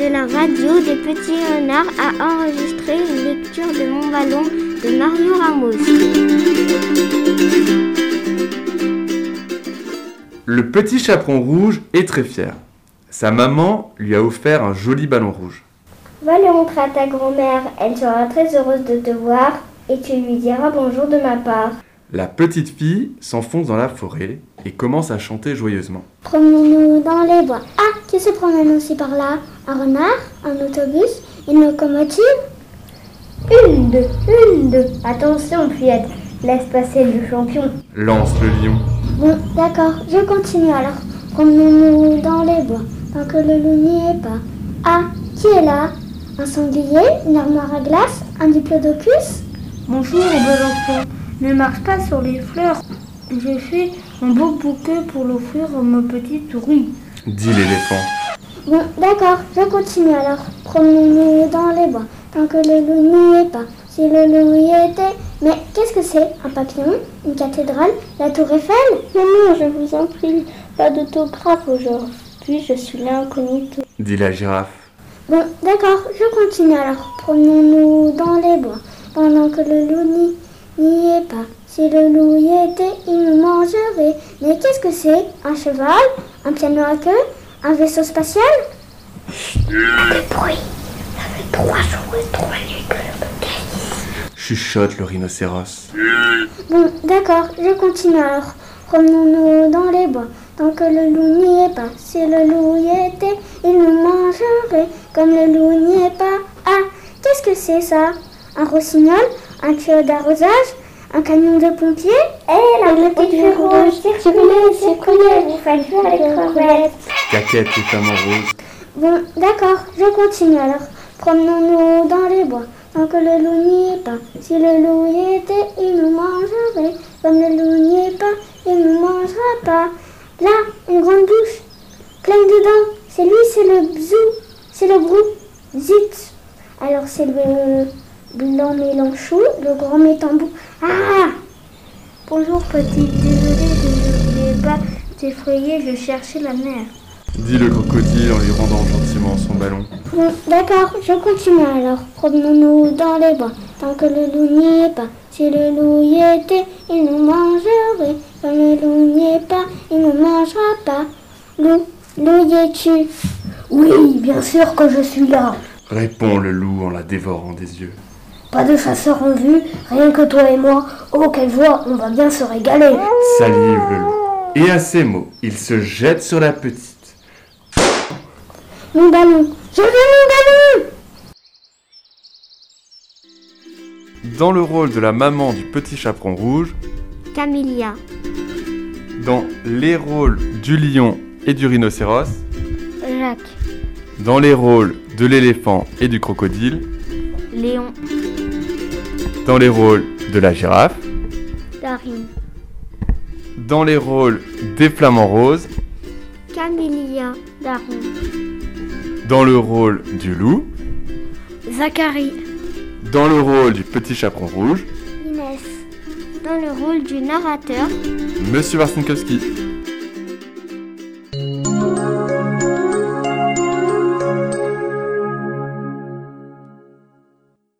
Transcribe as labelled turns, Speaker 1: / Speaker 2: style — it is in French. Speaker 1: radio des petits renards a enregistré une lecture de Mon ballon de Mario Ramos.
Speaker 2: Le petit chaperon rouge est très fier. Sa maman lui a offert un joli ballon rouge.
Speaker 3: Va le montrer à ta grand-mère, elle sera très heureuse de te voir et tu lui diras bonjour de ma part.
Speaker 2: La petite fille s'enfonce dans la forêt et commence à chanter joyeusement.
Speaker 4: Promenons-nous dans les bois. Ah, qui se promène aussi par là Un renard Un autobus Une locomotive
Speaker 3: Une, deux, une, deux. Attention, fillette, laisse passer le champion.
Speaker 2: Lance le lion.
Speaker 4: Bon, d'accord, je continue alors. Promenons-nous dans les bois, tant que le loup n'y est pas. Ah, qui est là Un sanglier Une armoire à glace Un diplodocus
Speaker 5: Bonjour, bel enfant. Ne marche pas sur les fleurs. J'ai fait un beau bouquet pour l'offrir à ma petite souris.
Speaker 2: Dit l'éléphant.
Speaker 4: Bon, d'accord, je continue alors. Promenons-nous dans les bois, tant que le loup n'y est pas. Si le loup y était. Mais qu'est-ce que c'est Un papillon Une cathédrale La tour Eiffel
Speaker 3: Maman, je vous en prie, pas d'autographe aujourd'hui, je suis là incognito.
Speaker 2: Dit la girafe.
Speaker 4: Bon, d'accord, je continue alors. Promenons-nous dans les bois, pendant que le loup n'y est pas. Si le loup y était, il nous mangerait. Mais qu'est-ce que c'est Un cheval Un piano à queue Un vaisseau spatial
Speaker 6: Chut, le bruit Ça fait trois jours et trois nuits que je me casse.
Speaker 2: Chuchote le rhinocéros.
Speaker 4: Bon, d'accord, je continue alors. Promenons-nous dans les bois, tant que le loup n'y est pas. Si le loup y était, il nous mangerait. Comme le loup n'y est pas. Ah, qu'est-ce que c'est ça Un rossignol Un tuyau d'arrosage un camion de pompiers
Speaker 3: Eh, hey, la petite fille rouge, circulez, circulez, vous faites jouer avec crevettes.
Speaker 2: Caquette et flamant rose.
Speaker 4: Bon, d'accord, je continue alors. Promenons-nous dans les bois, tant que le loup n'y est pas. Si le loup y était, il nous mangerait. Comme le loup n'y est pas, il ne mangera pas. Là, une grande bouche, pleine de dents. C'est lui, c'est le bzou, c'est le brou, zut. Alors c'est le blanc Mélenchon, le grand métambou. Ah
Speaker 5: Bonjour petit, désolé je ne voulais pas t'effrayer, je cherchais la mer.
Speaker 2: Dit le crocodile en lui rendant gentiment son ballon.
Speaker 4: Bon, d'accord, je continue alors. Promenons-nous dans les bois, tant que le loup n'y est pas. Si le loup y était, il nous mangerait. Quand le loup n'y est pas, il ne mangera pas. Loup, loup y es-tu
Speaker 6: Oui, bien sûr que je suis là.
Speaker 2: Répond le loup en la dévorant des yeux.
Speaker 6: Pas de chasseur en vue, rien que toi et moi. Oh, quelle voix, on va bien se régaler.
Speaker 2: Salive le loup. Et à ces mots, il se jette sur la petite.
Speaker 4: Mon ballon, je veux mon ballon
Speaker 2: Dans le rôle de la maman du petit chaperon rouge,
Speaker 1: Camélia.
Speaker 2: Dans les rôles du lion et du rhinocéros,
Speaker 1: Jacques.
Speaker 2: Dans les rôles de l'éléphant et du crocodile,
Speaker 1: Léon
Speaker 2: dans les rôles de la girafe,
Speaker 1: Darine.
Speaker 2: Dans les rôles des flamants roses,
Speaker 1: Camélia Darine.
Speaker 2: Dans le rôle du loup,
Speaker 1: Zachary.
Speaker 2: Dans le rôle du petit chaperon rouge,
Speaker 1: Inès. Dans le rôle du narrateur,
Speaker 2: Monsieur Varsinkowski.